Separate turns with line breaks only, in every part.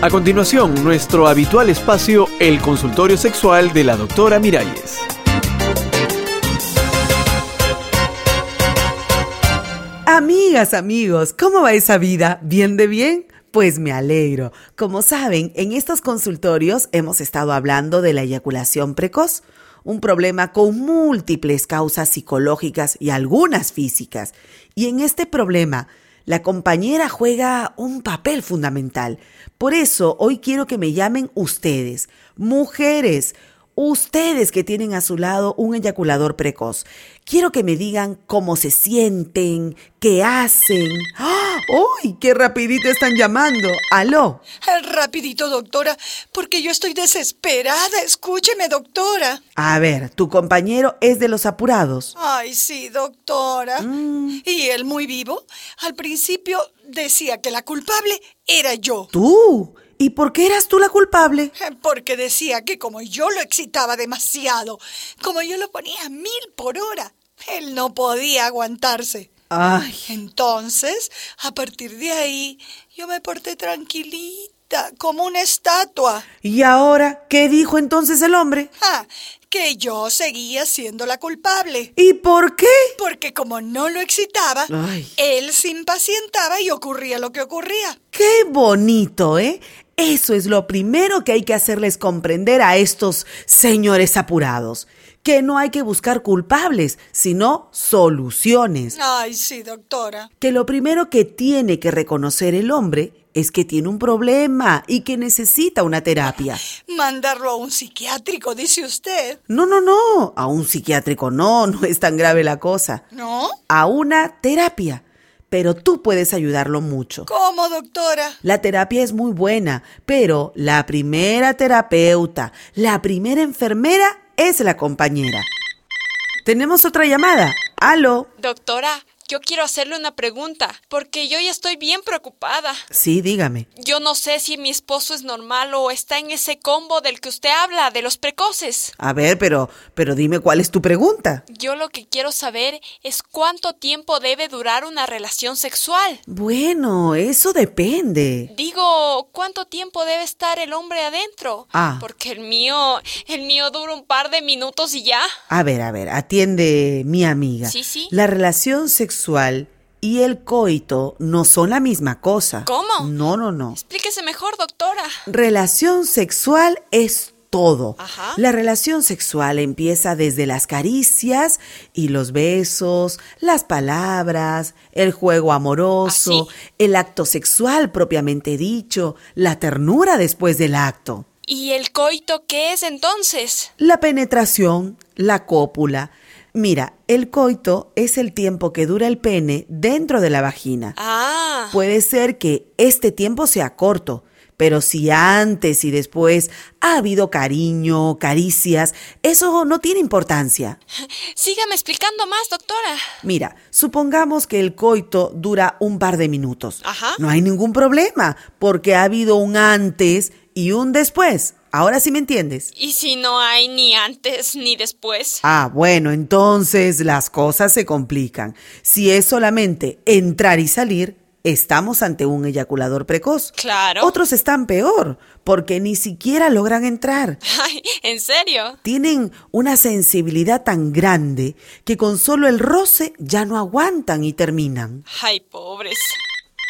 A continuación, nuestro habitual espacio, el consultorio sexual de la doctora Miralles.
Amigas, amigos, ¿cómo va esa vida? ¿Bien de bien? Pues me alegro. Como saben, en estos consultorios hemos estado hablando de la eyaculación precoz, un problema con múltiples causas psicológicas y algunas físicas. Y en este problema, la compañera juega un papel fundamental. Por eso hoy quiero que me llamen ustedes, mujeres, ustedes que tienen a su lado un eyaculador precoz. Quiero que me digan cómo se sienten, qué hacen. ¡Ah! ¡Uy, qué rapidito están llamando! ¡Aló!
Rapidito, doctora, porque yo estoy desesperada. Escúcheme, doctora.
A ver, tu compañero es de los apurados.
Ay, sí, doctora.
Mm.
¿Y él muy vivo? Al principio decía que la culpable era yo,
¿Tú? ¿Y por qué eras tú la culpable?
porque decía que como yo lo excitaba demasiado, como yo lo ponía a mil por hora, él no podía aguantarse.
Ay,
Entonces, a partir de ahí, yo me porté tranquilita, como una estatua.
¿y ahora qué dijo entonces el hombre?
Ah, que yo seguía siendo la culpable.
¿Y por qué?
Porque como no lo excitaba,
Ay.
él se impacientaba y ocurría lo que ocurría.
¡Qué bonito, eh! Eso es lo primero que hay que hacerles comprender a estos señores apurados. Que no hay que buscar culpables, sino soluciones.
Ay, sí, doctora.
Que lo primero que tiene que reconocer el hombre es que tiene un problema y que necesita una terapia.
Mandarlo a un psiquiátrico, dice usted.
No, no, no, a un psiquiátrico no, no es tan grave la cosa.
¿No?
A una terapia. Pero tú puedes ayudarlo mucho.
¿Cómo, doctora?
La terapia es muy buena, pero la primera terapeuta, la primera enfermera es la compañera. Tenemos otra llamada. Aló.
Doctora, yo quiero hacerle una pregunta, porque yo ya estoy bien preocupada.
Sí, dígame.
Yo no sé si mi esposo es normal o está en ese combo del que usted habla, de los precoces.
A ver, pero, pero dime cuál es tu pregunta.
Yo lo que quiero saber es cuánto tiempo debe durar una relación sexual.
Bueno, eso depende.
Digo, ¿cuánto tiempo debe estar el hombre adentro?
Ah.
Porque el mío, el mío dura un par de minutos y ya.
A ver, a ver, atiende mi amiga.
Sí, sí.
La relación sexual y el coito no son la misma cosa.
¿Cómo?
No, no, no.
Explíquese mejor, doctora.
Relación sexual es todo.
Ajá.
La relación sexual empieza desde las caricias y los besos, las palabras, el juego amoroso,
Así.
el acto sexual propiamente dicho, la ternura después del acto,
¿Y el coito qué es entonces?
la penetración, la cópula. Mira, el coito es el tiempo que dura el pene dentro de la vagina.
Ah.
Puede ser que este tiempo sea corto, pero si antes y después ha habido cariño, caricias, eso no tiene importancia.
Sígame explicando más, doctora.
Mira, supongamos que el coito dura un par de minutos.
Ajá.
No hay ningún problema, porque ha habido un antes y un después. Ahora sí me entiendes.
¿Y si no hay ni antes ni después?
Ah, bueno, entonces las cosas se complican. Si es solamente entrar y salir, estamos ante un eyaculador precoz.
Claro.
Otros están peor, porque ni siquiera logran entrar.
Ay, ¿en serio?
Tienen una sensibilidad tan grande que con solo el roce ya no aguantan y terminan.
Ay, pobres.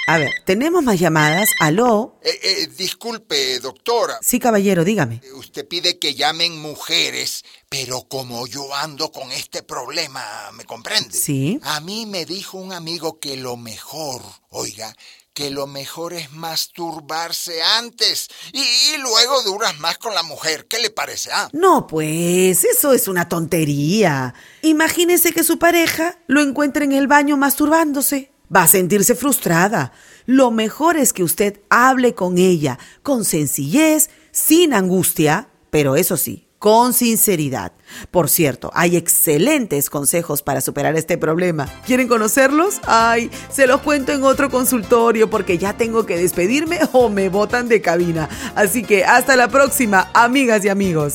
A ver, tenemos más llamadas. Aló.
Eh, eh, disculpe, doctora.
Sí, caballero, dígame.
Eh, Usted pide que llamen mujeres, pero como yo ando con este problema, ¿me comprende?
Sí.
A mí me dijo un amigo que lo mejor, oiga, que lo mejor es masturbarse antes y, y luego duras más con la mujer. ¿Qué le parece? Ah,
No, pues, eso es una tontería. Imagínese que su pareja lo encuentre en el baño masturbándose. Va a sentirse frustrada. Lo mejor es que usted hable con ella, con sencillez, sin angustia, pero eso sí, con sinceridad. Por cierto, hay excelentes consejos para superar este problema. ¿Quieren conocerlos? Ay, se los cuento en otro consultorio porque ya tengo que despedirme o me botan de cabina. Así que hasta la próxima, amigas y amigos.